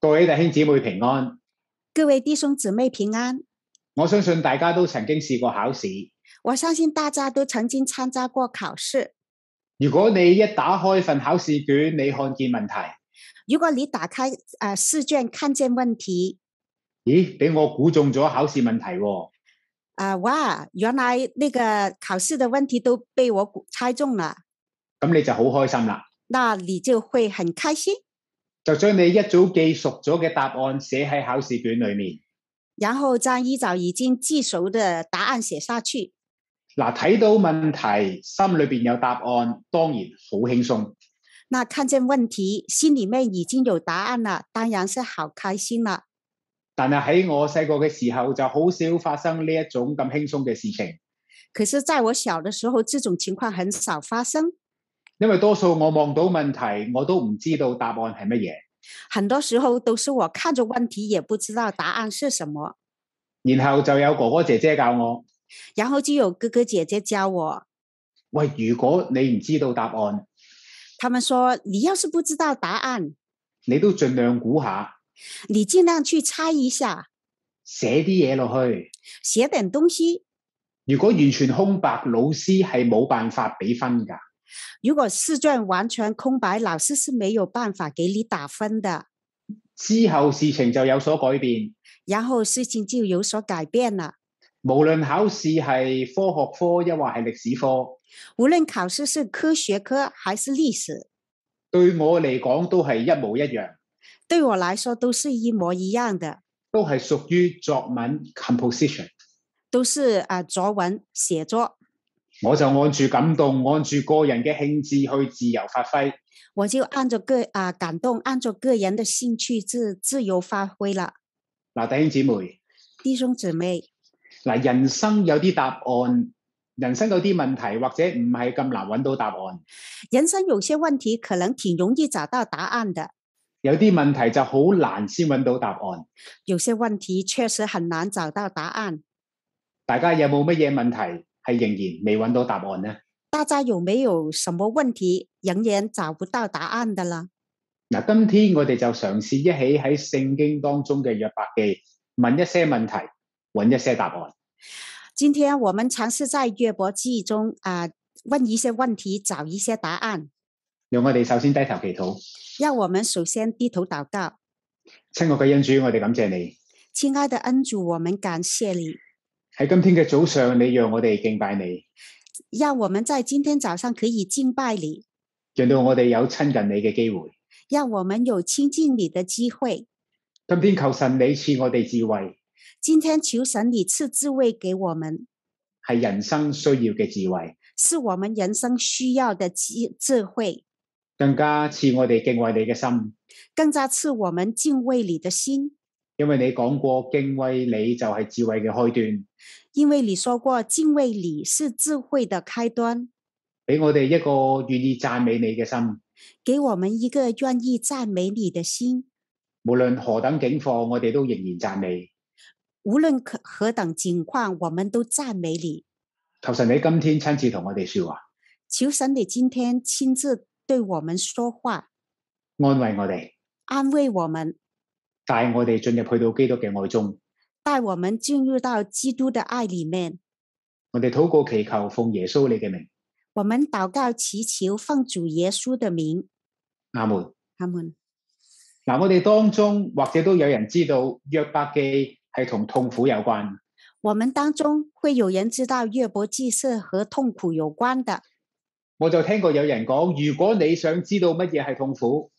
各位弟兄姊妹平安，各位弟兄姊妹平安。我相信大家都曾經試過考試。我相信大家都曾经参加过考试。如果你一打開份考試卷，你看見問題，如果你打开呃试卷，看见问题，咦，俾我估中咗考試問題喎！啊、哇，原来那个考试的问题都被我估猜中了，咁你就好開心啦，那你就会很开心，就將你一早記熟咗嘅答案寫喺考試卷裏面。然后将一早已经记熟的答案写下去。嗱，睇到問題，心裏边有答案，當然好輕鬆。那看见问题，心里面已经有答案了，当然是好开心了。但係喺我細個嘅時候，就好少發生呢一種咁輕鬆嘅事情，可是，在我小的时候，这种情况很少发生。因為多數我望到問題，我都唔知道答案係乜嘢。很多时候都是我看着问题，也不知道答案是什么。然後就有哥哥姐姐教我：，然后就有哥哥姐姐教我，喂，如果你唔知道答案，他们说你要是不知道答案，你都盡量估下，你尽量去猜一下，寫啲嘢落去。写点东西。如果完全空白，老師係冇辦法俾分㗎。如果试卷完全空白，老师是没有办法给你打分的。之後事情就有所改變，然后事情就有所改变了。無論考試係科學科，抑或係歷史科，无论考试是科学科还是历史，對我嚟講都係一模一樣，对我来说都是一模一样的，都係屬於作文 composition。都是啊、作文写作。我就按住感動，按住個人嘅興致去自由發揮。我就按照个啊、感动，按照个人的兴趣自自由发挥了。嗱，弟兄姊妹。弟兄姊妹，嗱，人生有啲答案，人生有啲問題，或者唔係咁難揾到答案。人生有些问题可能挺容易找到答案的，有啲問題就好難先揾到答案。有些问题确实很难找到答案。大家有冇乜嘢問題係仍然未揾到答案呢？大家有没有什么问题仍然找不到答案的呢？嗱，今天我哋就嘗試一起喺聖經當中嘅約伯記問一些問題，揾一些答案。今天我们尝试在约伯记中啊、问一些问题，找一些答案。讓我哋首先低頭祈禱，让我们首先低头祷告，親愛嘅恩主，我哋感謝你亲爱的恩主，我们感谢你，喺今天嘅早上，你讓我哋敬拜你，让我们在今天早上可以敬拜你，讓到我哋有親近你嘅機會。让我们有亲近你的机会。今天求神你賜我哋智慧，今天求神你赐智慧给我们，係人生需要嘅智慧。是我们人生需要的智智慧，更加似我哋敬畏你嘅心，更加赐我们敬畏你的心。因为你讲过敬畏你就系智慧嘅开端，因为你说过，敬畏你是智慧的开端，俾我哋一个愿意赞美你嘅心。给我们一个愿意赞美你的心。无论何等境况，我哋都仍然赞美。无论可何等境况，我们都赞美你。求神你今天亲自同我哋说话，求神你今天亲自对我们说话，安慰我哋，安慰我们，带我哋进入去到基督嘅爱中。带我们进入到基督的爱里面。我哋祷告祈求，奉耶稣你嘅名，我们祷告祈求，奉主耶稣的名，阿门。阿门。嗱，我哋当中或者都有人知道约伯记系同痛苦有关，我们当中会有人知道乐伯记是和痛苦有关的。我就听过有人讲，如果你想知道乜嘢系痛苦，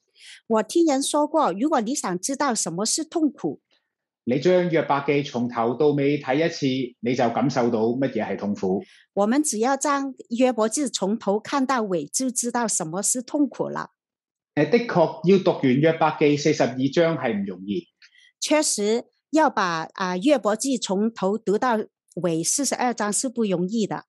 我听人说过，如果你想知道什么是痛苦，你將約伯記從頭到尾睇一次，你就感受到乜嘢係痛苦。我们只要将约伯记从头看到尾，就知道什么是痛苦了。誒，的確要讀完約伯記四十二章係唔容易，确实，要把啊约伯记从头读到尾四十二章是不容易的，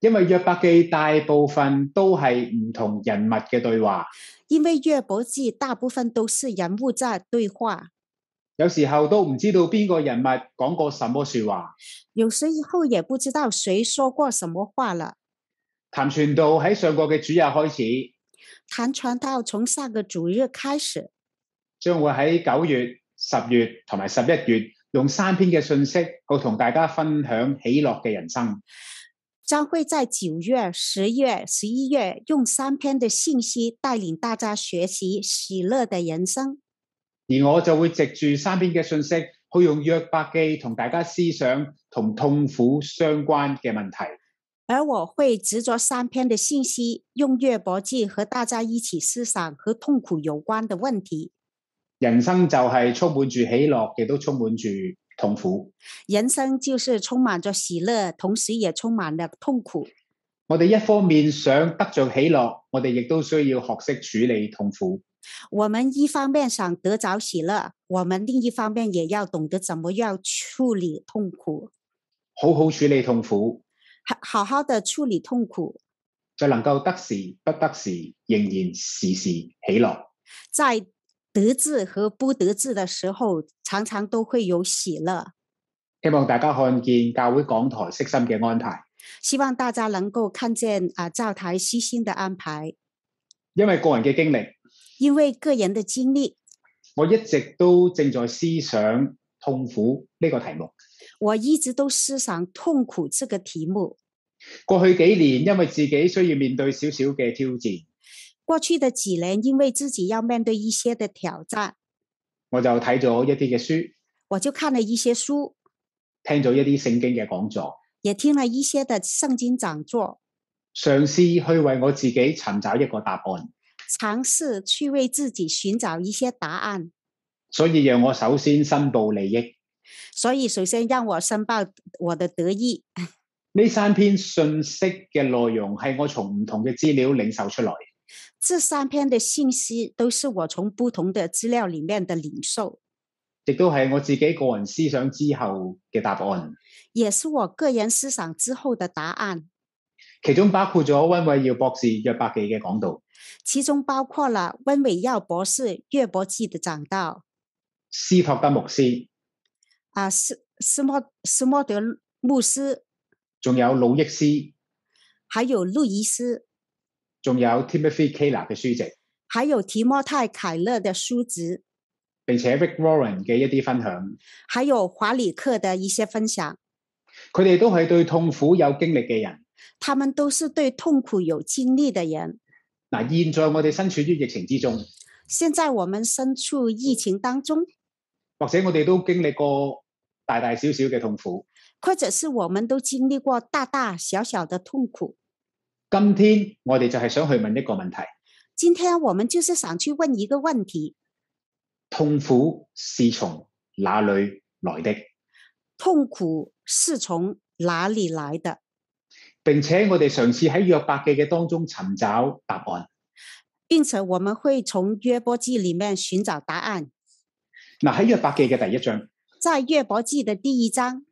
因為約伯記大部分都係唔同人物嘅對話，因为约伯记大部分都是人物在对话，有時候都唔知道邊個人物講過什麼説話。有时候也不知道谁说过什么话了。譚傳道喺上個嘅主日開始，谭传道从上个主日开始，將會喺九月、十月同埋十一月用三篇嘅信息去同大家分享喜樂嘅人生。将会在九月、十月、十一月用三篇的信息带领大家学习喜乐的人生。而我就會藉住三篇嘅信息，去用約伯記同大家思想同痛苦相關嘅問題。而我会执着三篇的信息，用乐伯记和大家一起思想和痛苦有关的问题。人生就係充滿住喜樂，亦都充滿住痛苦。人生就是充满着喜乐，同时也充满了痛苦。我哋一方面想得着喜樂，我哋亦都需要學識處理痛苦。我们一方面想得着喜乐，我们另一方面也要懂得怎么样处理痛苦，好好處理痛苦，好好好的处理痛苦，就能夠得時不得時，仍然時時喜樂。在得志和不得志的时候，常常都会有喜乐。希望大家看見教會港台悉心嘅安排，希望大家能够看见啊，教台悉心的安排，因為個人嘅經歷，因为个人的经历，我一直都正在思想痛苦呢個題目。我一直都思想痛苦这个题目。過去幾年，因為自己需要面對少少嘅挑戰，过去的几年，因为自己要面对一些的挑战，我就睇咗一啲嘅書，我就看了一些书，聽咗一啲聖經嘅講座，也听了一些的圣经讲座，嘗試去為我自己尋找一個答案。尝试去为自己寻找一些答案。所以讓我首先申報利益。所以，首先让我申报我的得意。呢三篇信息嘅內容係我從唔同嘅資料領受出來，这三篇的信息都是我从不同的资料里面的领受，亦都係我自己個人思想之後嘅答案。也是我个人思想之后的答案。其中包括咗温慧耀博士約伯記嘅講道，其中包括了温伟耀博士、岳博记的讲道，斯托德牧師，啊，斯斯莫斯莫德牧师，仲有魯益斯，还有路易斯，仲有 Timothy Keller 嘅書籍。还有提莫泰凯勒的书籍，並且 Rick Warren 嘅一啲分享，还有华里克的一些分享，佢哋都係對痛苦有經歷嘅人。他们都是对痛苦有经历的人。嗱，現在我哋身處於疫情之中，现在我们身处疫情当中，或者我哋都經歷過大大小小嘅痛苦。或者是我们都经历过大大小小的痛苦。今天我哋就係想去問一個問題：今天我们就是想去问一个问题：痛苦是從哪裏來的？痛苦是从哪里来的？並且我哋嘗試喺約伯記嘅當中尋找答案。并且我们会从约伯记里面寻找答案。嗱，喺約伯記嘅第一章，在约伯记的第一章，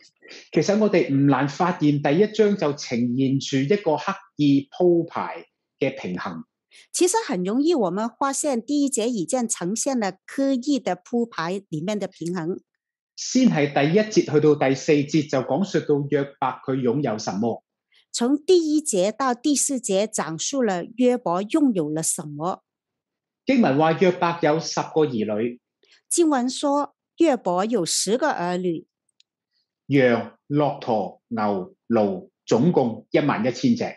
其實我哋唔難發現第一章就呈現住一個刻意鋪排嘅平衡。其实很容易，我们发现第一节已经呈现了刻意的铺排里面的平衡。先係第一節去到第四節就講述到約伯佢擁有什麼，从第一节到第四节，讲述了约伯拥有了什么。經文話約伯有十個兒女，经文说，约伯有十个儿女，羊、骆驼、牛、驢，總共一萬一千隻。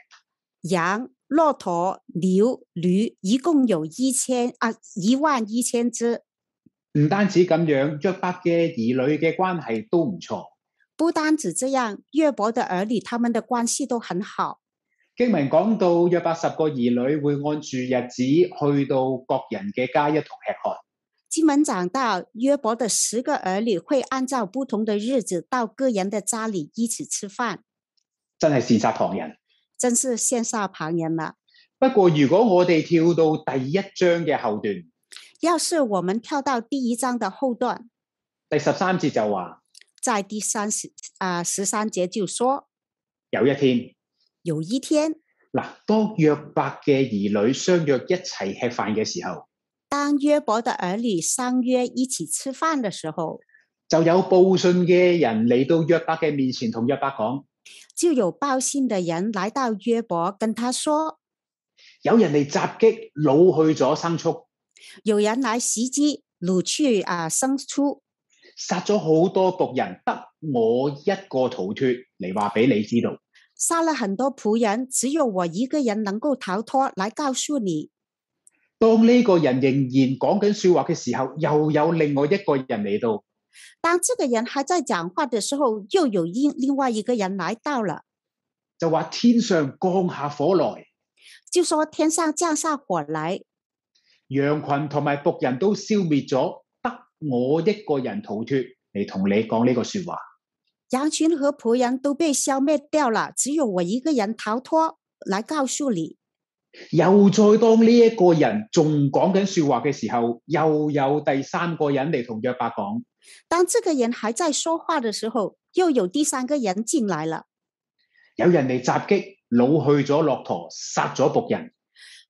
羊、骆驼、牛、驴，一共有一千啊一万一千只。唔單止咁樣，約伯嘅兒女嘅關係都唔錯。不单只这样，约伯的儿女他们的关系都很好。經文講到約伯十個兒女會按住日子去到各人嘅家一同吃喝。经文讲到，约伯的十个儿女会按照不同的日子到个人的家里一起吃饭。真係善殺旁人。真是羡煞旁人了。不過如果我哋跳到第一章嘅後段，要是我们跳到第一章的后段，第十三節就話在第三十啊十三节就说，有一天。有一天，嗱，當約伯嘅兒女相約一齊吃飯嘅時候，当约伯的儿女相约一起吃饭的时候，就有報信嘅人嚟到約伯嘅面前，同約伯講：就有报信的人来到约伯，跟他说，有人嚟襲擊，老去咗牲畜，有人来袭击，掳去啊牲畜，殺咗好多仆人，得我一個逃脱嚟話俾你知道。杀了很多仆人，只有我一个人能够逃脱。来告诉你，當呢個人仍然講緊说話嘅時候，又有另外一個人嚟到，当这个人还在讲话的时候，又有另另外一个人来到了，就話天上降下火來，就说天上降下火来，羊群同埋仆人都消滅咗，得我一個人逃脱嚟同你講呢個说話。羊群和仆人都被消灭掉了，只有我一个人逃脱。来告诉你，又再當呢一個人仲講緊说話嘅時候，又有第三個人嚟同約伯講，当这个人还在说话的时候，又有第三个人进来了，有人嚟襲擊，掳去咗骆驼，殺咗仆人。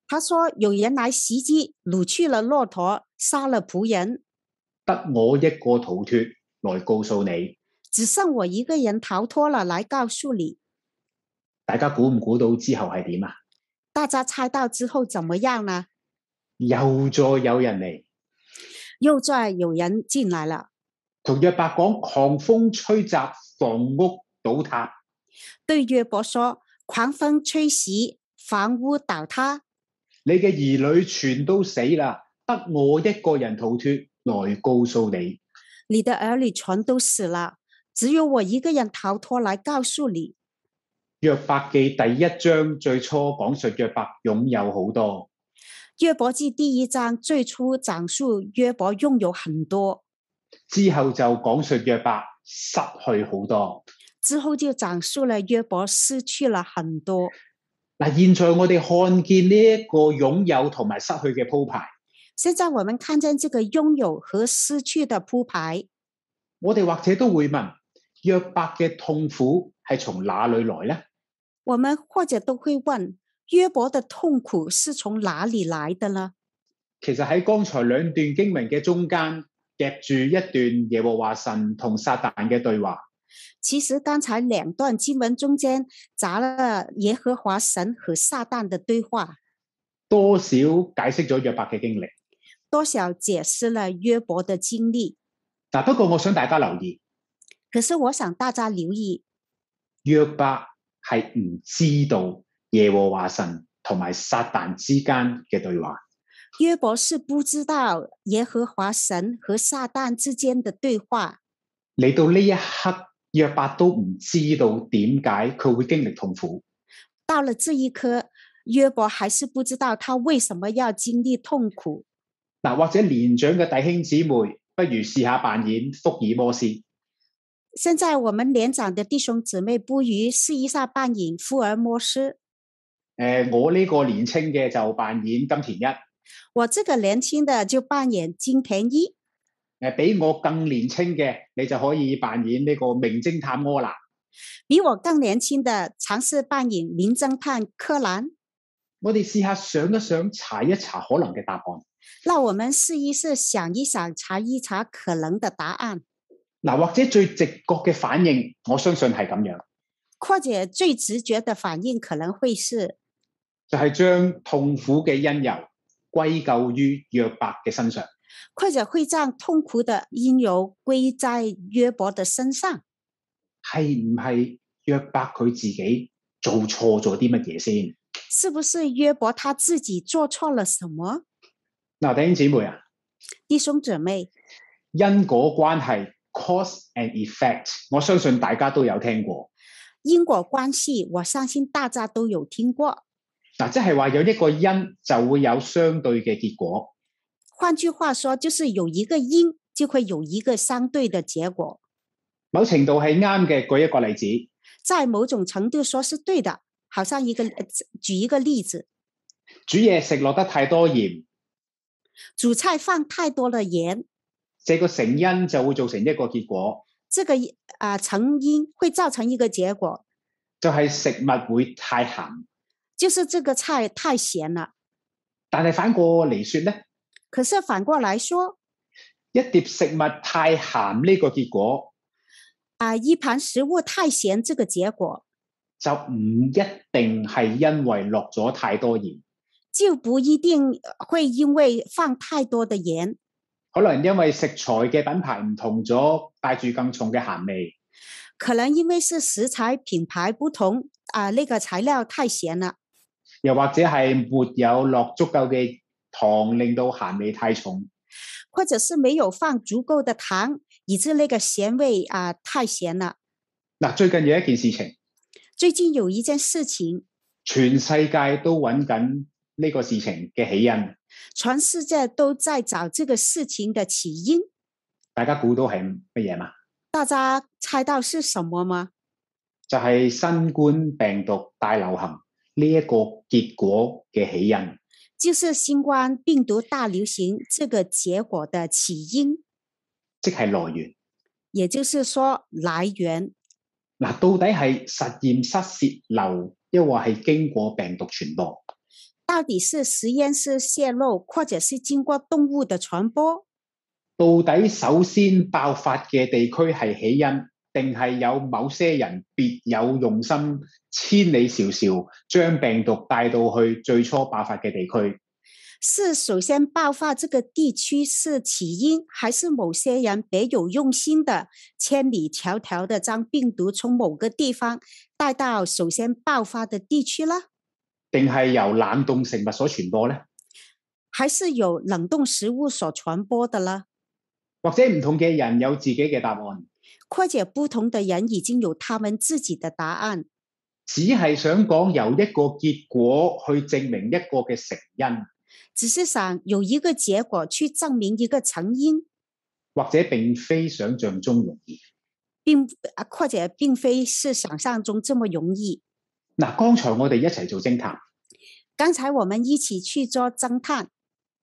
他说有人来袭击，掳去了骆驼，杀了仆人，得我一個逃脱來告訴你。只剩我一个人逃脱了。来告诉你，大家估唔估到之後係點啊？大家猜到之后怎么样呢？又再有人嚟又再有人进来了，同約伯講，寒風吹襲，房屋倒塌。对约伯说：狂风吹袭，房屋倒塌，你嘅兒女全都死啦，得我一個人逃脱來告訴你。你的儿女全都死了，只有我一个人逃脱。来告诉你，約伯記第一章最初講述約伯擁有好多，约伯记第一章最初讲述约伯拥有很多，之後就講述約伯失去好多。之后就讲述了约伯失去了很多。嗱，現在我哋看見呢一個擁有同埋失去嘅鋪排，现在我们看见这个拥有和失去的铺排，我哋或者都會問：約伯嘅痛苦係從哪裏來呢？我们或者都会问：约伯的痛苦是从哪里来的呢？其實喺剛才兩段經文嘅中間夾住一段耶和華神同撒旦嘅對話。其实刚才两段经文中间杂了耶和华神和撒旦的对话，多少解釋咗約伯嘅經歷。多少解释了约伯的经历。嗱，不過我想大家留意，可是我想大家留意，約伯係唔知道耶和華神同埋撒旦之間嘅對話。约伯是不知道耶和華神和撒旦之間的對話，嚟到呢一刻，約伯都唔知道點解佢會經歷痛苦。到了這一刻，约伯還是不知道他為什麼要經歷痛苦。嗱，或者年長嘅弟兄姊妹，不如試下扮演福爾摩斯。現在我們年長的弟兄姊妹，不如試一下扮演福爾摩斯。诶、我呢個年青嘅就扮演金田一。我這個年輕的就扮演金田一，诶，比我更年青嘅，你就可以扮演呢個名偵探柯南。比我更年輕的嘗試扮演名偵探柯南。我哋試下想一想，查一查可能嘅答案。那我們試一試，想一想，查一查可能的答案，嗱，或者最直覺嘅反應，我相信係咁樣，或者最直覺的反應可能會是。就係、將痛苦嘅因由歸咎於約伯嘅身上。或者会将痛苦的因由归在约伯的身上，係唔係約伯佢自己做錯咗啲乜嘢先？是不是约伯他自己做错了什么？嗱，弟兄姊妹啊，弟兄姊妹，因果關係 （cause and effect），我相信大家都有聽過。因果关系，我相信大家都有听过。嗱，即係話有一個因就會有相對嘅結果。换句话说，就是有一个因，就会有一个相对的结果。某程度係啱嘅。舉一個例子，在某种程度说是对的，好像一个呃举一个例子，煮嘢食落得太多鹽，煮菜放太多了盐，這個成因就會造成一個結果，这个啊、成因会造成一个结果，就係、食物會太鹹。就是这个菜太咸了。但係反過嚟說咧，可是反过来说，一碟食物太鹹呢個結果啊，一盘食物太咸这个结果，就唔一定係因為落咗太多鹽，就不一定呃会因为放太多的盐，可能因為食材嘅品牌唔同咗，帶住更重嘅鹹味。可能因为是食材品牌不同，啊，那个材料太咸了，又或者係沒有落足夠嘅糖，令到鹹味太重。或者是没有放足够的糖，以致那个咸味啊太咸了。嗱，最近有一件事情，最近有一件事情，全世界都揾緊呢個事情嘅起因，全世界都在找这个事情的起因，大家估到係乜嘢嘛？大家猜到是什么吗？就係新冠病毒大流行呢一個結果嘅起因。就是新冠病毒大流行这个结果的起因，即係來源。也就是说来源。嗱，到底係實驗室泄漏，抑或係經過病毒傳播？到底是实验室泄露，或者是经过动物的传播？到底首先爆發嘅地區係起因，定係有某些人別有用心，千里迢迢將病毒帶到去最初爆發嘅地區？是首先爆发这个地区是起因，还是某些人别有用心的千里迢迢的将病毒从某个地方带到首先爆发的地区呢？定係由冷凍食物所傳播呢？还是有冷冻食物所传播的呢？或者唔同嘅人有自己嘅答案，或者不同的人已经有他们自己的答案，只係想講由一個結果去證明一個嘅成因，只是想有一个结果去证明一个成因，或者並非想象中容易。并啊或者并非是想象中这么容易。嗱，剛才我哋一齊做偵探，刚才我们一起去做侦探。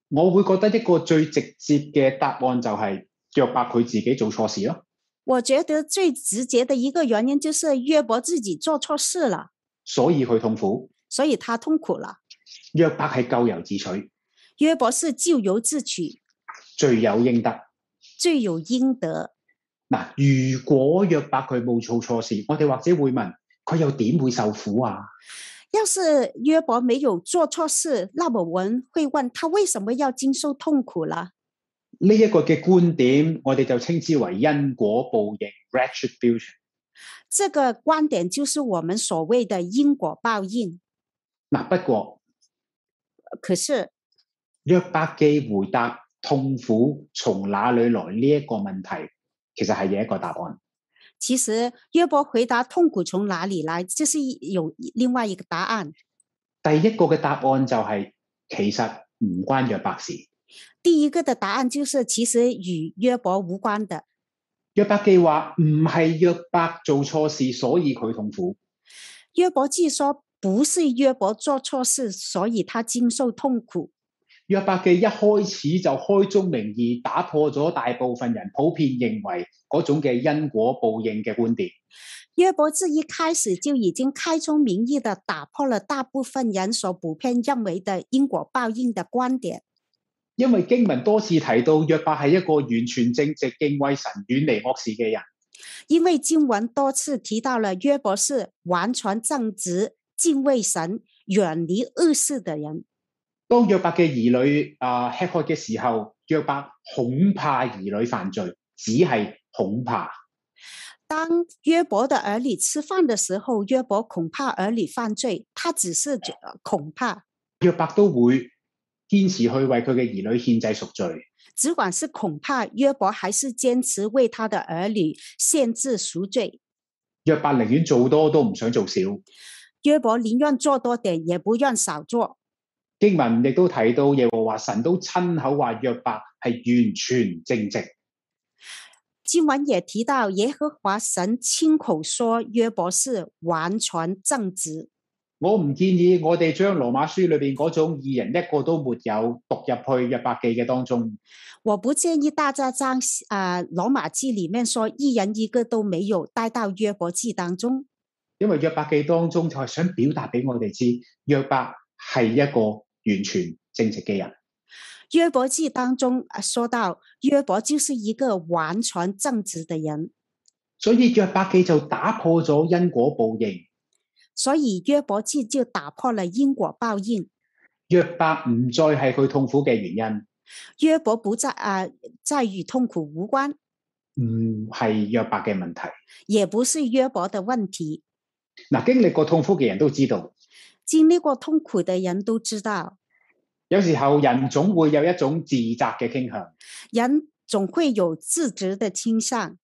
我會覺得一個最直接嘅答案就係約伯佢自己做錯事咯，我觉得最直接的一个原因就是约伯自己做错事了，所以佢痛苦。所以他痛苦了。約伯係咎由自取，约伯是咎由自取，罪有應得。罪有应得。嗱，如果約伯佢冇做錯事，我哋或者會問佢又點會受苦啊？要是约伯没有做错事，那么我们会问他为什么要经受痛苦了？呢、一個嘅觀點，我哋就稱之為因果報應 （retribution）。这个观点就是我们所谓的因果报应。嗱，不過呃可是約伯嘅回答痛苦從哪裏來呢一個問題，其實係有一個答案。其实约伯回答痛苦从哪里来，这是一有另外一个答案。第一個嘅答案就係、其實唔關約伯事。第一个的答案就是其实与约伯无关的。約伯記話唔係約伯做錯事，所以佢痛苦。约伯记说不是约伯做错事，所以他经受痛苦。約伯記一開始就開宗明義打破咗大部分人普遍認為嗰種嘅因果報應嘅觀點。约伯记一开始就已经开宗明义的打破了大部分人所普遍认为的因果报应的观点，因為經文多次提到約伯係一個完全正直、敬畏神、遠離惡事嘅人。因为经文多次提到了约伯是完全正直、敬畏神、远离恶事的人。當約伯嘅兒女啊、吃喝嘅時候，約伯恐怕兒女犯罪，只係恐怕。当约伯的儿女吃饭的时候，约伯恐怕儿女犯罪，他只是觉得恐怕，約伯都會堅持去為佢嘅兒女獻祭贖罪。只管是恐怕约伯还是坚持为他的儿女限制赎罪。約伯寧願做多都唔想做少。约伯宁愿做多点，也不愿少做。經文亦都提到耶和華神都親口話約伯係完全正直。经文也提到耶和华神亲口说约伯是完全正直。我唔建議我哋將羅馬書裏邊嗰種二人一個都沒有讀入去約伯記嘅當中。我不建议大家将啊、罗马记里面说一人一个都没有带到约伯记当中，因為約伯記當中就係想表達俾我哋知，約伯係一個完全正直嘅人。约伯记当中啊说到约伯就是一个完全正直的人，所以約伯記就打破咗因果報應。所以约伯记就打破了因果报应。約伯唔再係佢痛苦嘅原因，约伯不在啊、在与痛苦无关，唔係約伯嘅問題。也不是约伯的问题。嗱，經歷過痛苦嘅人都知道，经历过痛苦的人都知道，有時候人總會有一種自責嘅傾向，人总会有自责的倾向，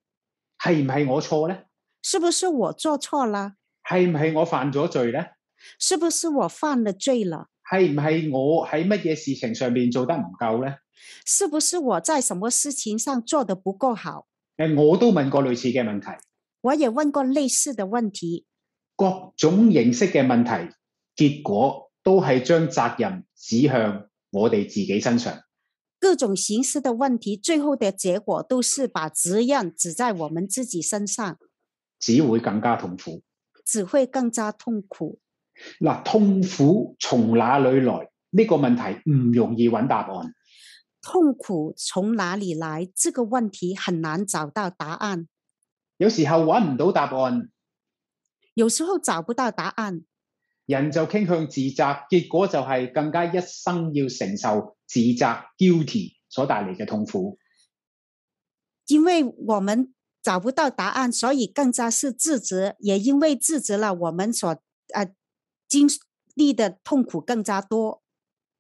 係唔係我錯咧？是不是我做错了？係唔係我犯咗罪咧？是不是我犯了罪了？係唔係我喺乜嘢事情上面做得唔夠咧？是不是我在什么事情上做得不够好？誒，我都問過類似嘅問題，我也问过类似的问题，各種形式嘅問題，結果都係將責任指向我哋自己身上。各种形式的问题，最后的结果都是把责任指在我们自己身上，只會更加痛苦。只会更加痛苦。嗱，痛苦從哪裏來？呢、個問題唔容易揾答案。痛苦从哪里来？这个问题很难找到答案，有時候揾唔到答案，有时候找不到答案，人就傾向自責，結果就係更加一生要承受自責 guilty 所帶嚟嘅痛苦。因为我们找不到答案，所以更加是自责。也因为自责了，我们所呃经历的痛苦更加多。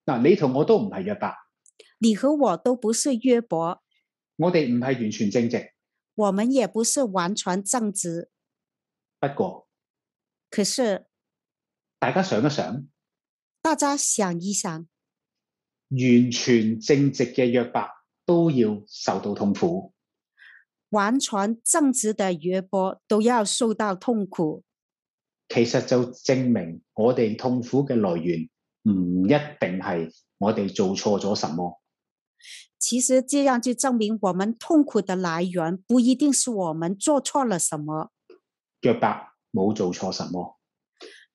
嗱，你同我都唔係約伯，你和我都不是约伯，我哋唔係完全正直，我们也不是完全正直。不過可是大家想一想，完大家想一想，全正直嘅約伯都要受到痛苦。完全正直的约伯都要受到痛苦，其實就證明我哋痛苦嘅來源唔一定係我哋做錯咗什麼，其实这样就证明我们痛苦的来源不一定是我们做错了什么。約伯冇做錯什麼。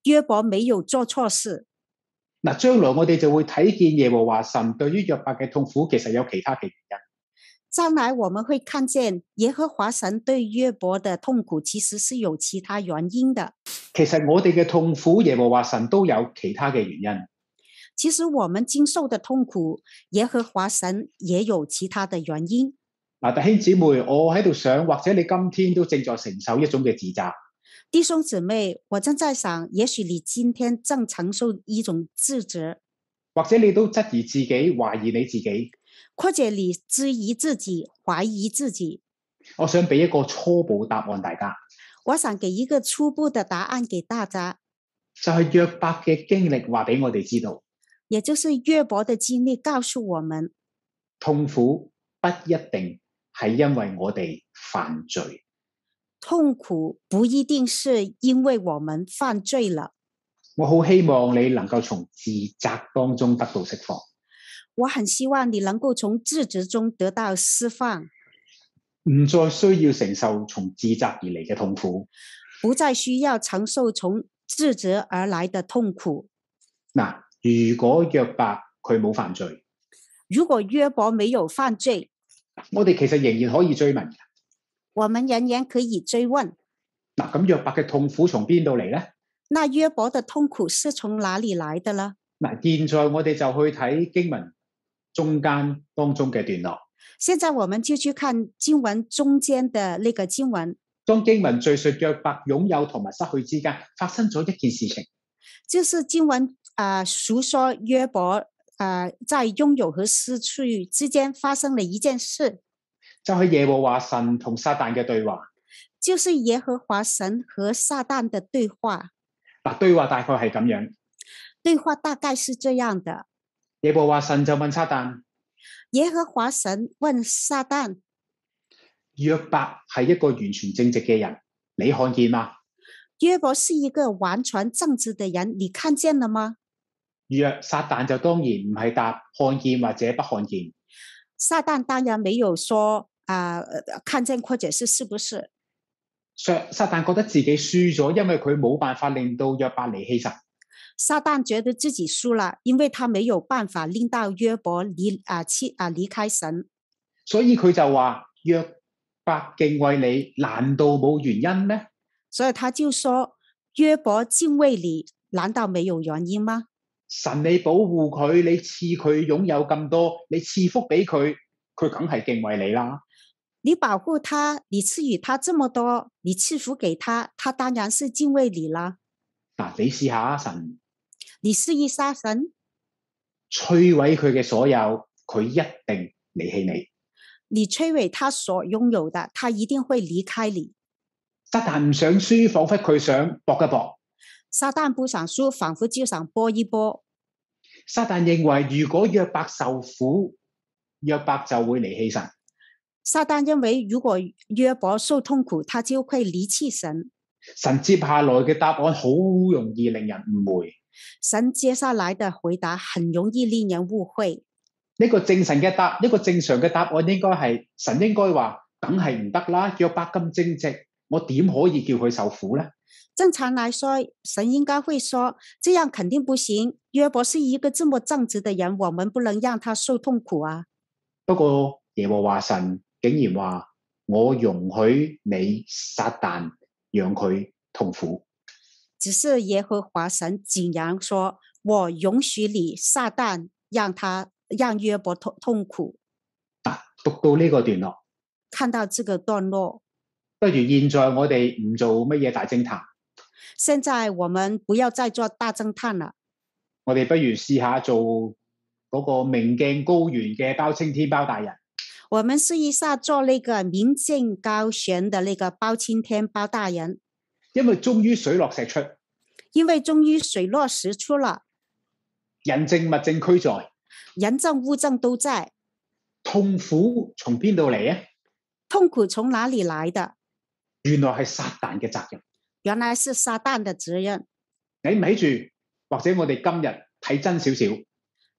约伯没有做错事，嗱，將來我哋就會睇見耶和華神對於約伯嘅痛苦其實有其他嘅原因。将来我们会看见耶和华神对约伯的痛苦其实是有其他原因的。其實我哋嘅痛苦，耶和華神都有其他嘅原因。其实我们经受的痛苦，耶和华神也有其他的原因。嗱，啊弟兄姊妹，我喺度想，或者你今天都正在承受一種嘅自責，弟兄姊妹，我正在想，也许你今天正承受一种自责，或者你都質疑自己、懷疑你自己。或者你质疑自己、怀疑自己。我想俾一個初步答案大家，我想给一个初步的答案给大家，就係、約伯嘅經歷話俾我哋知道。也就是约伯的经历告诉我们，痛苦不一定係因為我哋犯罪，痛苦不一定是因为我们犯罪了。我好希望你能夠從自責當中得到釋放。我很希望你能够从自责中得到释放，唔再需要承受從自責而嚟嘅痛苦。不再需要承受从自责而来的痛苦。嗱，如果約伯佢冇犯罪，如果约伯没有犯罪，我哋其實仍然可以追問嘅。我们仍然可以追问。嗱，咁約伯嘅痛苦從邊度嚟呢？那约伯的痛苦是从哪里来的呢？嗱，現在我哋就去睇經文中間當中嘅段落。现在我们就去看经文中间的那个经文，當經文敘述約伯擁有同埋失去之間發生咗一件事情，就是经文啊，述、说约伯啊在拥有和失去之间发生了一件事，就係耶和華神同撒旦嘅對話。就是耶和华神和撒旦的对话。嗱，對話大概係咁樣。对话大概是这样的：耶和華神就問撒旦：耶和华神问撒旦，約伯係一個完全正直嘅人，你看見嗎？约伯是一个完全正直的人，你看见了吗？若撒旦就當然唔係答看見或者不看見，撒旦当然没有说啊、呃看见或者是是不是。撒撒旦覺得自己輸咗，因為佢冇辦法令到約伯離棄神。撒旦觉得自己输了，因为他没有办法令到约伯离啊弃啊离开神，所以佢就話：約伯敬畏你，難道冇原因咩？所以他就说：约伯敬畏你，难道没有原因吗？神你保護佢，你賜佢擁有咁多，你賜福俾佢，佢梗係敬畏你啦。你保护他，你赐予他这么多，你赐福给他，他当然是敬畏你啦。嗱，你試下啊神你是一杀神，摧毀佢嘅所有，佢一定離棄你。你摧毁他所拥有的，他一定会离开你。撒但唔想輸，彷彿佢想搏一搏。撒旦不想输，仿佛就想搏一搏。撒但認為如果約伯受苦，約伯就會離棄神。撒旦认为，如果约伯受痛苦，他就会离弃神。神接下來嘅答案好容易令人誤會。神接下来的回答很容易令人误会。呢個正神嘅答，一個正常嘅答案應該係神應該話，梗係唔得啦。約伯咁正直，我點可以叫佢受苦呢？正常来说，神应该会说：“这样肯定不行。约伯是一个这么正直的人，我们不能让他受痛苦啊。”不過耶和華神竟然話：我容許你撒旦讓佢痛苦。只是耶和华神竟然说：“我允许你撒旦让他让约伯痛痛苦。讀到呢個段落，”看到这个段落，不如現在我哋唔做乜嘢大偵探，现在我们不要再做大侦探了，我哋不如試下做嗰個明鏡高原嘅包青天包大人。我们试一下做那个明镜高悬的那个包青天包大人，因為終於水落石出，因为终于水落石出了，人證物證俱在，人证物证都在，痛苦從邊度嚟啊？痛苦从哪里来的？原來係撒旦嘅責任。原来是撒旦的责任。你咪住，或者我哋今日睇真少少，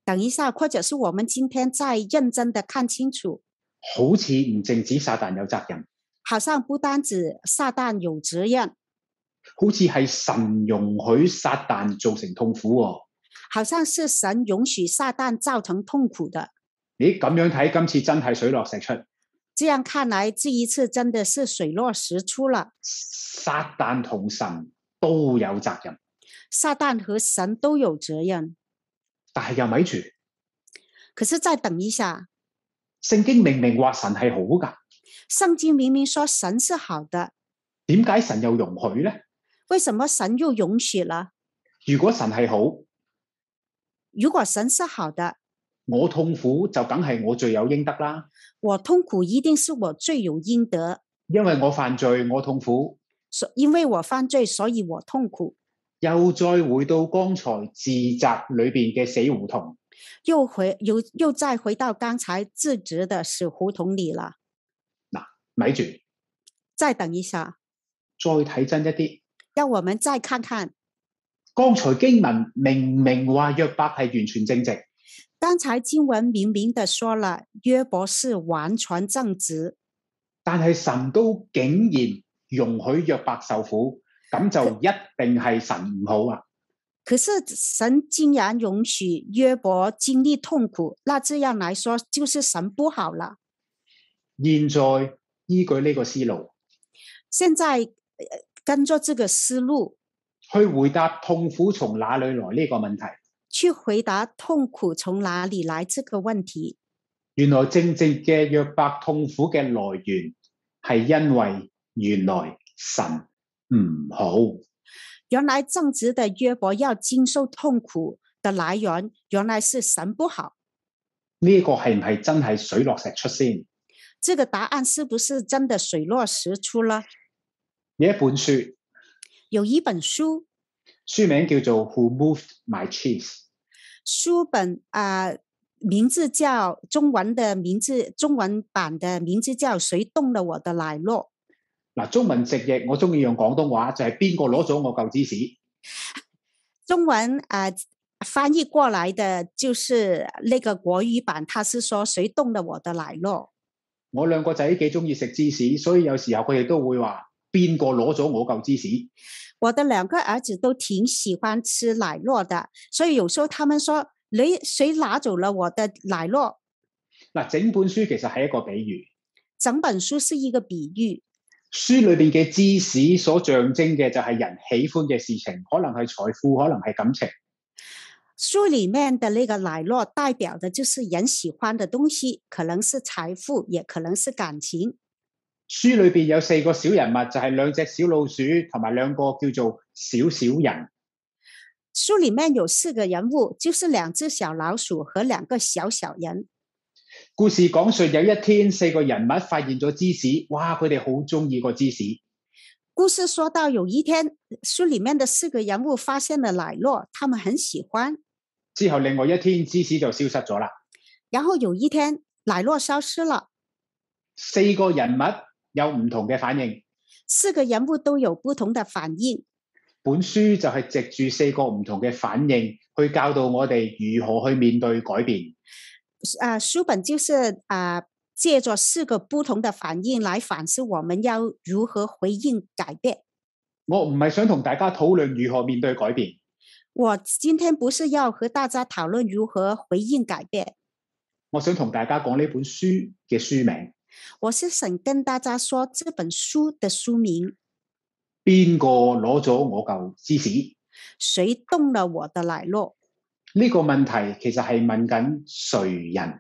等一下，或者是我们今天再认真的看清楚，好似唔淨止撒旦有責任，好像不单指撒旦有责任，好似係神容許撒旦造成痛苦喎。好像是神允许撒旦造成痛苦的。咦，咁樣睇，今次真係水落石出，这样看来，这一次真的是水落石出了。撒旦同神都有責任。撒旦和神都有责任。但係又咪住，可是再等一下，聖經明明話神係好㗎，圣经明明说神是好的，點解神又容許呢？为什么神又允许了？如果神係好，如果神是好的，我痛苦就梗係我罪有應得啦，我痛苦一定是我罪有应得，因為我犯罪，我痛苦。所因为我犯罪，所以我痛苦。又再回到剛才自責裏邊嘅死胡同，又回又又再回到刚才自责的死胡同里了。咪住，再等一下，再睇真一啲。让我们再看看，剛才經文明明話約伯係完全正直，刚才经文明明的说了，约伯是完全正直，但係神都竟然容許約伯受苦，咁就一定係神唔好啊！可是神竟然容许约伯经历痛苦，那这样来说就是神不好了。現在依據呢個思路现在、呃跟着这个思路去回答痛苦從哪裏來呢個問題，去回答痛苦从哪里来这个问题，原來正直嘅約伯痛苦嘅來源係因為原來神唔好。原来正直的约伯要经受痛苦的来源，原来是神不好。呢一個係唔係真係水落石出先？这个答案是不是真的水落石出了？有一本書，有一本书，書名叫做《Who Moved My Cheese》，书本啊、呃名字叫中文的名字，中文版的名字叫《谁动了我的奶酪》。嗱，中文直譯我中意用廣東話，就係邊個攞咗我嚿芝士？中文啊、呃翻译过来的就是那个国语版，它是说谁动了我的奶酪？我兩個仔幾中意食芝士，所以有時候佢哋都會話邊個攞咗我嚿芝士？我的两个儿子都挺喜欢吃奶酪的，所以有时候他们说你谁拿走了我的奶酪？嗱，整本書其實係一個比喻，整本书是一个比喻，書裏邊嘅芝士所象徵嘅就係人喜歡嘅事情，可能係財富，可能係感情。书里面的那个奶酪代表的就是人喜欢的东西，可能是财富，也可能是感情。書裏邊有四個小人物，就係兩隻小老鼠同埋兩個叫做小小人。书里面有四个人物，就是两只小老鼠和两个小小人。故事講述有一天，四個人物發現咗芝士，哇！佢哋好中意個芝士。故事说到有一天，书里面的四个人物发现了奶酪，他们很喜欢。之後另外一天，芝士就消失咗啦。然后有一天，奶酪消失了，四個人物有唔同嘅反應，四个人物都有不同的反应。本書就係藉住四個唔同嘅反應，去教導我哋如何去面對改變。啊、书本就是啊、借着四个不同的反应来反思我们要如何回应改变。我唔係想同大家討論如何面對改變，我今天不是要和大家讨论如何回应改变，我想同大家講呢本書嘅書名，我是想跟大家说这本书的书名《邊個攞咗我嚿芝士？谁动了我的奶酪》。呢、個問題其實係問緊誰人，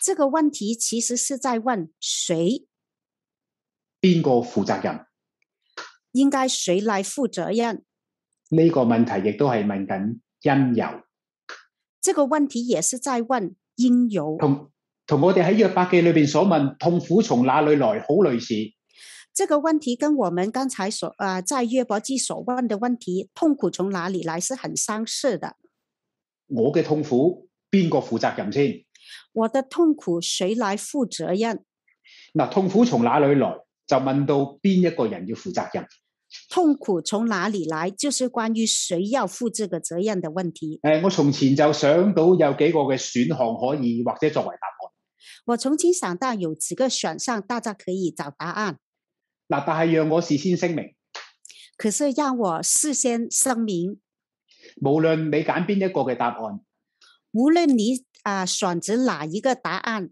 这个问题其实是在问谁邊個負責任？应该谁来负责任。呢、個問題亦都係問緊因由。这个问题也是在问因由。同同我哋喺約伯記裏边所問痛苦從哪裏來，好類似。这个问题跟我们刚才所啊、在约伯记所问的问题“痛苦从哪里来”是很相似的。我嘅痛苦邊個負責任先？我的痛苦谁来负责任？嗱，痛苦從哪裏來，就問到邊一個人要負責任。痛苦从哪里来，就是关于谁要负这个责任的问题。诶、我從前就想到有幾個嘅選項可以或者作為答我重新想到有几个选项，大家可以找答案。案。嗱，但係讓我事先聲明，可是让我事先声明，無論你揀邊一個嘅答案，无论你啊、选择哪一个答案，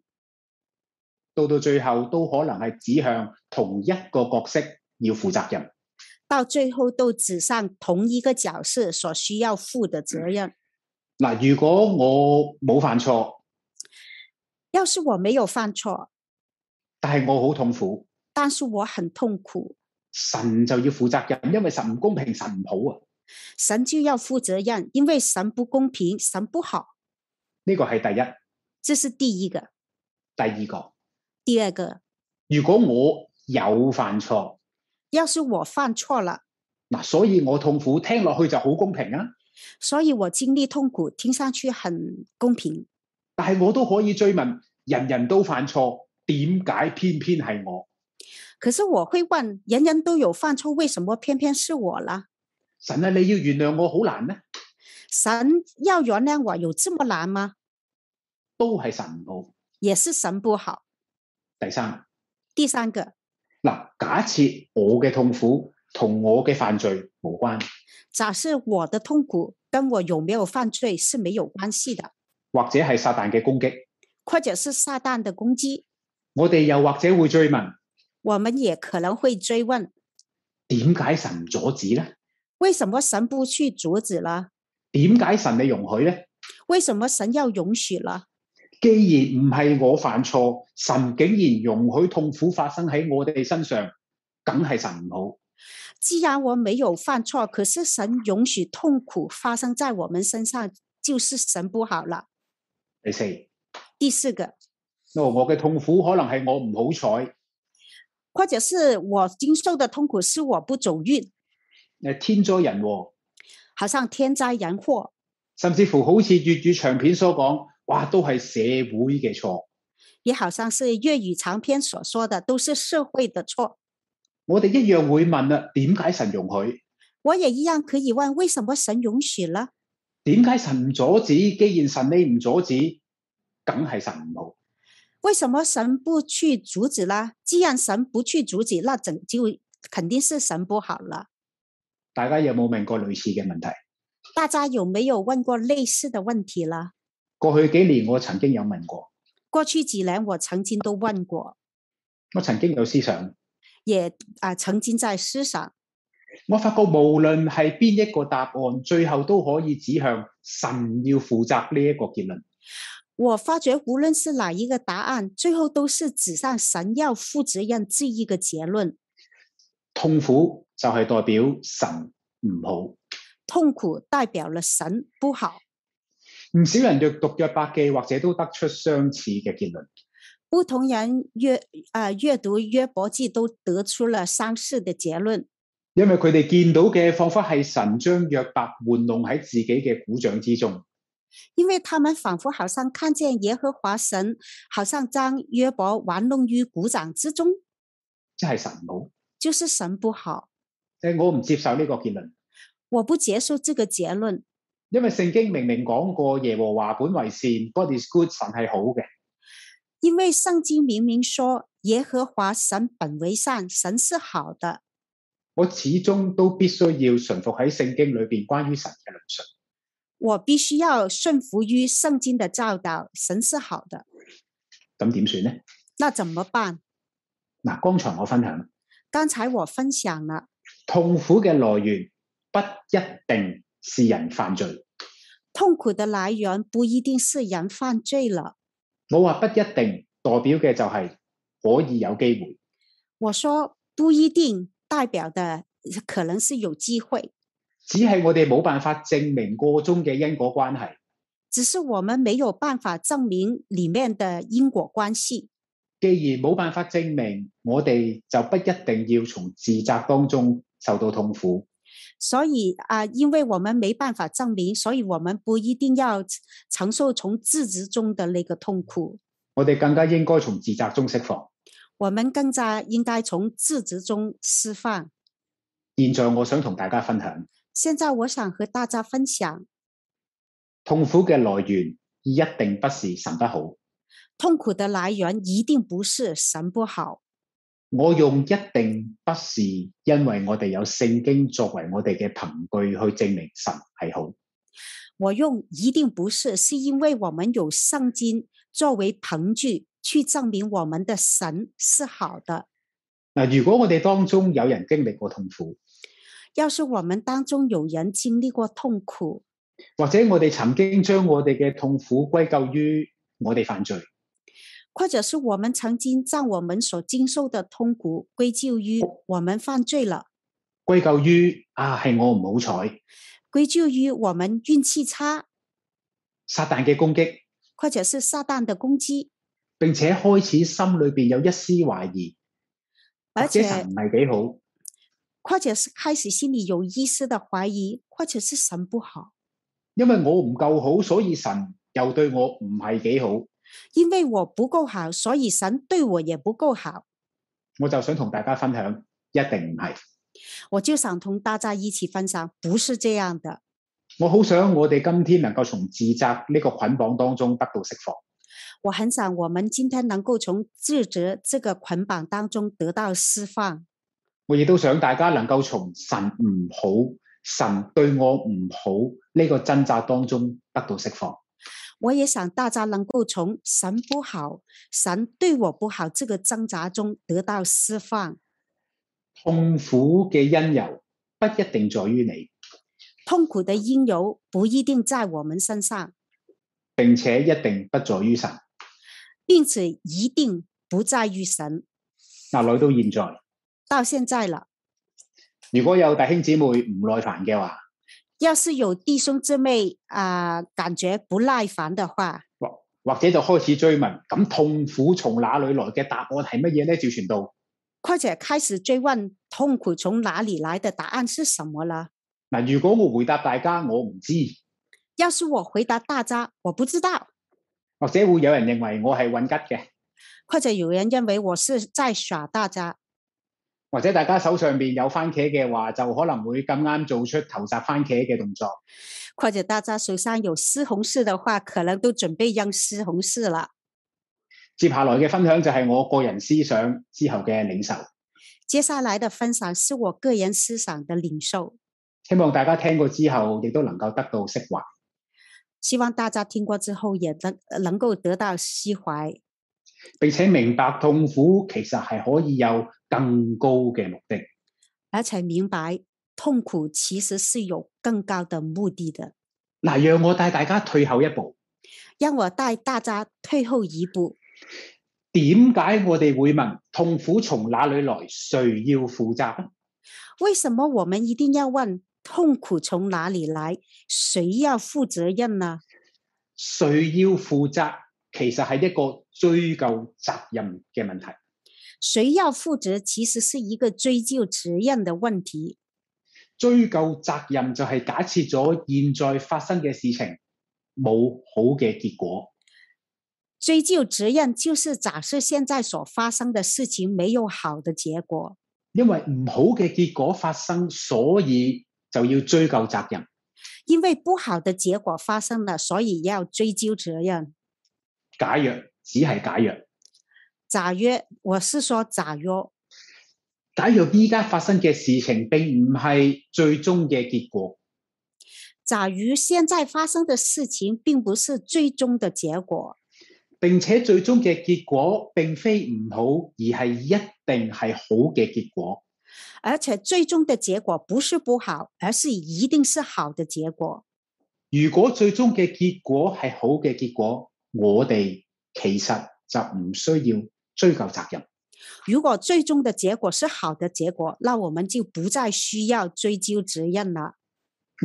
到到最後都可能係指向同一個角色要負責任。到最后都指向同一个角色所需要负的责任。嗱，如果我冇犯錯，要是我没有犯错，但係我好痛苦，但是我很痛苦，神就要負責任，因為神唔公平，神唔好啊。神就要负责任，因为神不公平，神不好，呢個係第一。这是第一个。第二個，第二个，如果我有犯錯，要是我犯错了，嗱，所以我痛苦，聽落去就好公平啊。所以我经历痛苦，听上去很公平。但係我都可以追問，人人都犯錯，點解偏偏係我？可是我会问，人人都有犯错，为什么偏偏是我啦？神啊，你要原諒我好難咩？神要原谅我有这么难吗？都係神唔好。也是神不好。第三，第三个，嗱，假設我嘅痛苦同我嘅犯罪無關，假设我的痛苦跟我有没有犯罪是没有关系的，或者係撒旦嘅攻擊，或者是撒旦的攻击，我哋又或者會追問，我们也可能会追问：點解神唔阻止呢？为什么神不去阻止了？點解神你容許呢？为什么神要容许了？既然唔係我犯錯，神竟然容許痛苦發生喺我哋身上，梗係神唔既然我没有犯错，可是神容许痛苦发生在我们身上，就是神不好了。好。第四，第四个，哦我嘅痛苦可能係我唔好彩，或者是我经受的痛苦是我不走运，誒天災人禍，好像天灾人祸，甚至乎好似粵語長片所講，哇，都係社會嘅錯。也好像是粤语长篇所说的，都是社会的错。我哋一樣會問啦，點解神容許？我也一样可以问，为什么神容许了？點解神唔阻止？既然神你唔阻止，梗係神唔好。为什么神不去阻止呢？既然神不去阻止，那整就肯定是神不好了。大家有冇問過類似嘅問題？大家有没有问过类似的问题了？過去幾年我曾經有問過，过去几年我曾经都问过，我曾經有思想。也啊、曾經在思想，我發覺無論係邊一個答案，最後都可以指向神要負責呢一個結論。我发觉无论是哪一个答案，最后都是指向神要负责任这一个结论。痛苦就係代表神唔好。痛苦代表了神不好，唔少人若讀約伯記，或者都得出相似嘅結論。不同人阅呃阅读约伯记都得出了相似的结论，因為佢哋見到嘅彷彿係神將約伯玩弄喺自己嘅鼓掌之中，因为他们仿佛好像看见耶和华神，好像将约伯玩弄于股掌之中，即係神冇。就是神不好。即係我唔接受呢個結論，我不接受这个结论，因為聖經明明講過耶和華本為善，God is good，神係好嘅。因为圣经明明说耶和华神本为善，神是好的。我始終都必須要順服喺聖經裏邊關於神嘅論述。我必须要顺服于圣经的教导，神是好的。咁點算呢？那怎么办？嗱，剛才我分享刚才我分享了，痛苦嘅來源不一定是人犯罪，痛苦的来源不一定是人犯罪了。我話不一定代表嘅就係可以有機會。我说不一定代表的可能是有机会，只係我哋冇辦法證明個中嘅因果關係。只是我们没有办法证明里面的因果关系。既然冇辦法證明，我哋就不一定要從自責當中受到痛苦。所以啊，因为我们没办法证明，所以我们不一定要承受从自知中的那个痛苦。我哋更加應該從自責中釋放。我们更加应该从自知中释放。現在我想同大家分享，现在我想和大家分享，痛苦嘅來源一定不是神不好。痛苦的来源一定不是神不好。我用一定不是因為我哋有聖經作為我哋嘅憑據去證明神係好。我用一定不是，是因为我们有圣经作为凭据，去证明我们的神是好的。嗱，如果我哋當中有人經歷過痛苦，要是我们当中有人经历过痛苦，或者我哋曾經將我哋嘅痛苦歸咎於我哋犯罪，或者是我们曾经将我们所经受的痛苦归咎于我们犯罪了，歸咎於啊係我唔好彩，归咎于我们运气差，撒旦嘅攻擊，或者是撒旦的攻击，並且開始心裏邊有一絲懷疑，而或者且神唔係幾啊好。或者是开始心里有意识的怀疑，或者是神不好，因為我唔夠好，所以神又對我唔係幾好。因为我不够好，所以神对我也不够好。我就想同大家分享，一定唔係。我就想同大家一起分享，不是这样的。我好想我哋今天能夠從自責呢個捆綁當中得到釋放。我很想我们今天能够从自责这个捆绑当中得到释放。我亦都想大家能夠從神唔好、神對我唔好呢個掙扎當中得到釋放。我也想大家能够从神不好、神对我不好这个挣扎中得到释放。痛苦嘅因由不一定在於你，痛苦的因由不一定在我们身上，並且一定不在於神。并且一定不在于神。嗱，來到現在，到现在了。如果有弟兄姊妹唔耐煩嘅話，要是有弟兄姊妹啊、感觉不耐烦的话，或者就開始追問：咁痛苦從哪裏來嘅答案係乜嘢呢？趙傳道，或者开始追问痛苦从哪里来的答案是什么了。嗱，如果我回答大家我唔知，要是我回答大家我不知道，或者會有人認為我係混吉嘅，或者有人认为我是在耍大家，或者大家手上邊有番茄嘅話，就可能會咁啱做出投擲番茄嘅動作。或者大家手上有西红柿的话，可能都准备扔西红柿了。接下來嘅分享就係我個人思想之後嘅領受，接下来的分享是我个人思想的领受，希望大家聽過之後，亦都能夠得到釋懷。希望大家听过之后也能呃能够得到释怀，並且明白痛苦其實係可以有更高嘅目的。而且明白痛苦其实是有更高的目的的。嗱，讓我帶大家退後一步，让我带大家退后一步。點解我哋會問痛苦從哪裏來？誰要負責？为什么我们一定要问痛苦从哪里来？谁要负责任呢？誰要負責？其實係一個追究責任嘅問題。谁要负责？其实是一个追究责任的问题。追究責任就係假設咗現在發生嘅事情冇好嘅結果，追究责任就是假设现在所发生的事情没有好的结果，因為唔好嘅結果發生，所以就要追究責任。因为不好的结果发生了，所以要追究责任。假若只係假若，假约，我是说假约，假若依家發生嘅事情並唔係最終嘅結果，假如现在发生的事情并不是最终的结果，並且最終嘅結果並非唔好，而係一定係好嘅結果。而且最终的结果不是不好，而是一定是好的结果。如果最終嘅結果係好嘅結果，我哋其實就唔需要追究責任。如果最终的结果是好的结果，那我们就不再需要追究责任了。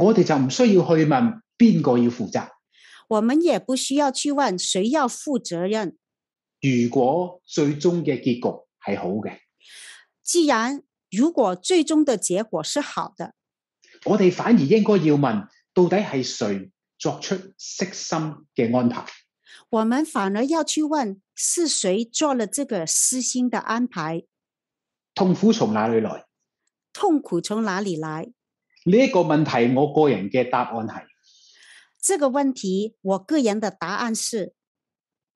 我哋就唔需要去問邊個要負責。我们也不需要去问谁要负责任。如果最終嘅結局係好嘅，既然如果最终的结果是好的，我哋反而應該要問，到底係誰作出悉心嘅安排？我们反而要去问是谁做了这个私心的安排，痛苦從哪裏來？呢、痛苦从哪里来？一個問題，我個人嘅答案係这个问题，我个人的答案是，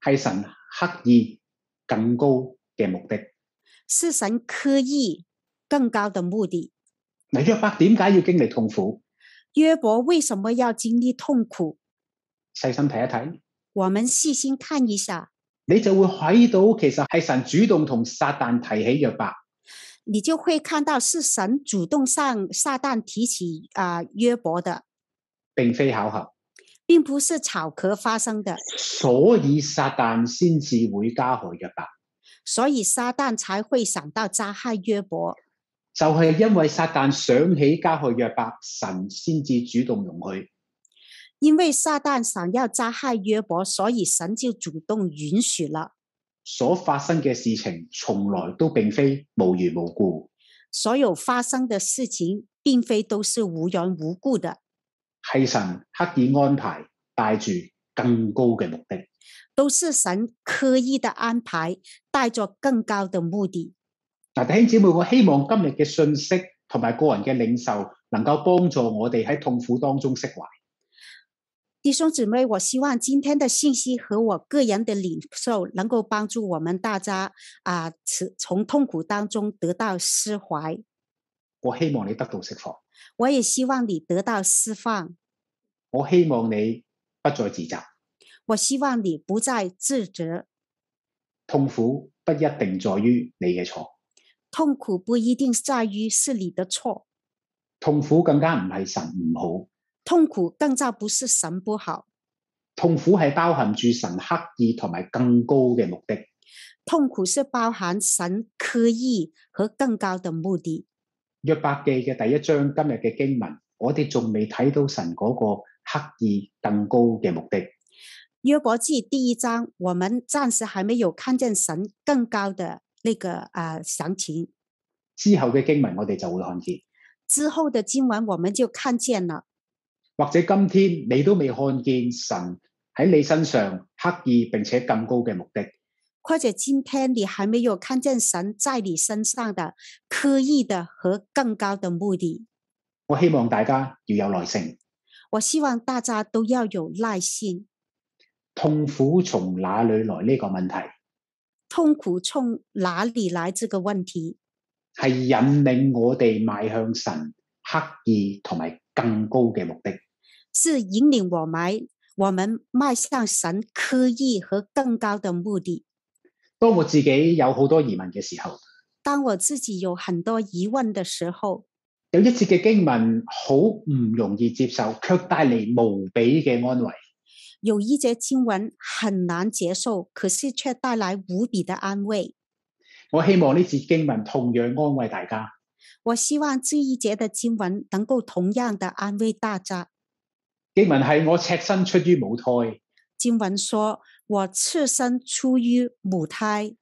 係神刻意更高嘅目的。是神刻意更高的目的。嗱，約伯點解要經歷痛苦？约伯为什么要经历痛苦？細心睇一睇，我们细心看一下，你就會睇到其實係神主動同撒旦提起約伯，你就会看到是神主动向撒旦提起啊、约伯的，並非巧合，并不是巧合发生的，所以撒旦先至會加害約伯。所以撒旦才会想到加害约伯。就係因為撒旦想起加害約伯，神先至主動容許。因为撒旦想要加害约伯，所以神就主动允许了。所發生嘅事情從來都並非無緣無故，所有发生的事情，并非都是无缘无故的，係神刻意安排，帶住更高嘅目的。都是神刻意的安排，带着更高的目的。嗱，弟兄姊妹，我希望今日嘅信息同埋個人嘅領受，能夠幫助我哋喺痛苦當中釋懷。弟兄姊妹，我希望今天的信息和我个人的领受，能够帮助我们大家啊，此从痛苦当中得到释怀。我希望你得到釋放，我也希望你得到释放，我希望你不再自責。我希望你不再自责。痛苦不一定在於你嘅錯，痛苦不一定在于是你的错，痛苦更加唔係神唔好。痛苦更加不是神不好，痛苦係包含住神刻意同埋更高嘅目的。痛苦是包含神刻意和更高的目的。約伯記嘅第一章今日嘅經文，我哋仲未睇到神嗰個刻意更高嘅目的。约伯记第一章，我们暂时还没有看见神更高的那个啊、呃详情，之後嘅經文我哋就會看見，之后的经文我们就看见了。或者今天你都未看見神喺你身上刻意並且更高嘅目的。或者今天你还没有看见神在你身上的刻意的和更高的目的，我希望大家要有耐性。我希望大家都要有耐心。痛苦從哪裏來呢個問題，痛苦从哪里来这个问题，係引領我哋邁向神刻意同埋更高嘅目的。是引领我们我们迈向神刻意和更高的目的。當我自己有好多疑問嘅時候，当我自己有很多疑问的时候，有一節嘅經文好唔容易接受，卻帶嚟無比嘅安慰。有一节经文很难接受，可是却带来无比的安慰。我希望呢節經文同樣安慰大家。我希望这一节的经文能够同样的安慰大家。經文係我赤身出於母胎，经文说：“我赤身出于母胎，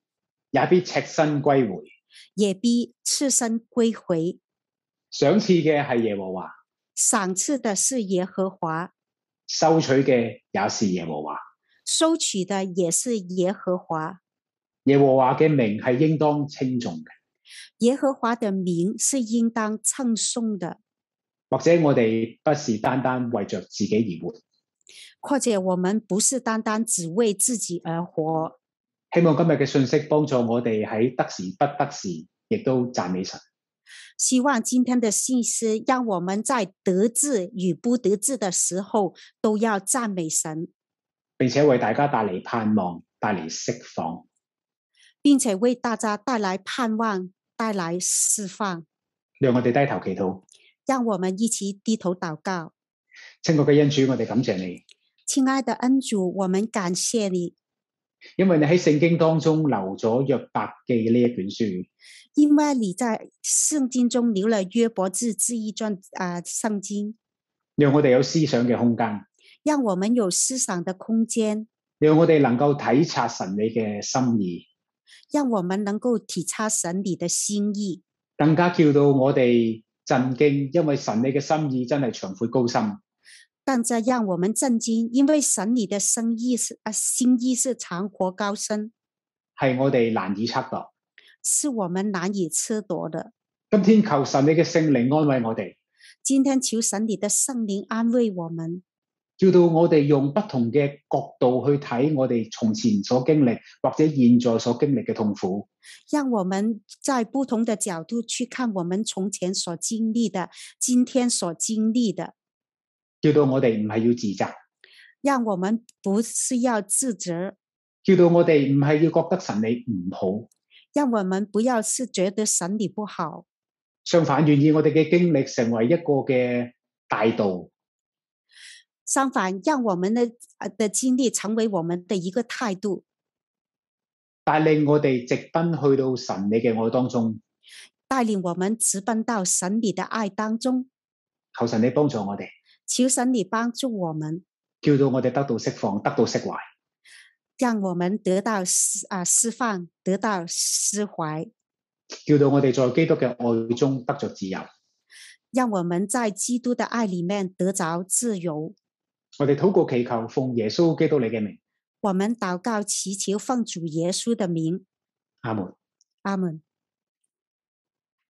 也必赤身歸回。也必赤身归回。賞賜嘅係耶和華，赏赐的是耶和华，收取嘅也是耶和華。收取的也是耶和华。耶和華嘅名係應當稱重嘅，耶和华的名是应当称颂的。或者我哋不是單單為着自己而活。况且我们不是单单只为自己而活。希望今日嘅信息幫助我哋喺得時不得時，亦都讚美神。希望今天的信息，让我们在得志与不得志的时候，都要赞美神，並且為大家帶嚟盼望，帶嚟釋放。并且为大家带来盼望，带来释放。讓我哋低頭祈禱，让我们一起低头祷告。親愛嘅恩主，我哋感謝你，亲爱的恩主，我们感谢你，因為你喺聖經當中留咗約伯記呢一卷書，因为你在圣经中留了约伯记这一卷啊、圣经，讓我哋有思想嘅空間，让我们有思想的空间，讓我哋能夠體察神你嘅心意，让我们能够体察神你的心意，更加叫到我哋震驚，因為神你嘅心意真係長闊高深。但这让我们震惊，因为神你的生意是啊心意是长活高深，係我哋難以測度。是我们难以测度的。今天求神你嘅聖靈安慰我哋，今天求神你的圣灵安慰我们，叫到我哋用不同嘅角度去睇我哋從前所經歷或者現在所經歷嘅痛苦，让我们在不同的角度去看我们从前所经历的，今天所经历的，叫到我哋唔係要自責，让我们不是要自责，叫到我哋唔係要覺得神你唔好，让我们不要是觉得神你不好，相反願意我哋嘅經歷成為一個嘅大道，相反，让我们的呃的经历成为我们的一个态度，帶領我哋直奔去到神你嘅愛當中。带领我们直奔到神你的爱当中。求神你幫助我哋，求神你帮助我们，叫到我哋得到釋放，得到釋懷。让我们得到释啊释放，得到释怀，叫到我哋在基督嘅愛中得着自由。让我们在基督的爱里面得着自由。我哋禱告祈求，奉耶穌基督你嘅名，我们祷告祈求，奉主耶稣的名，阿門。阿门。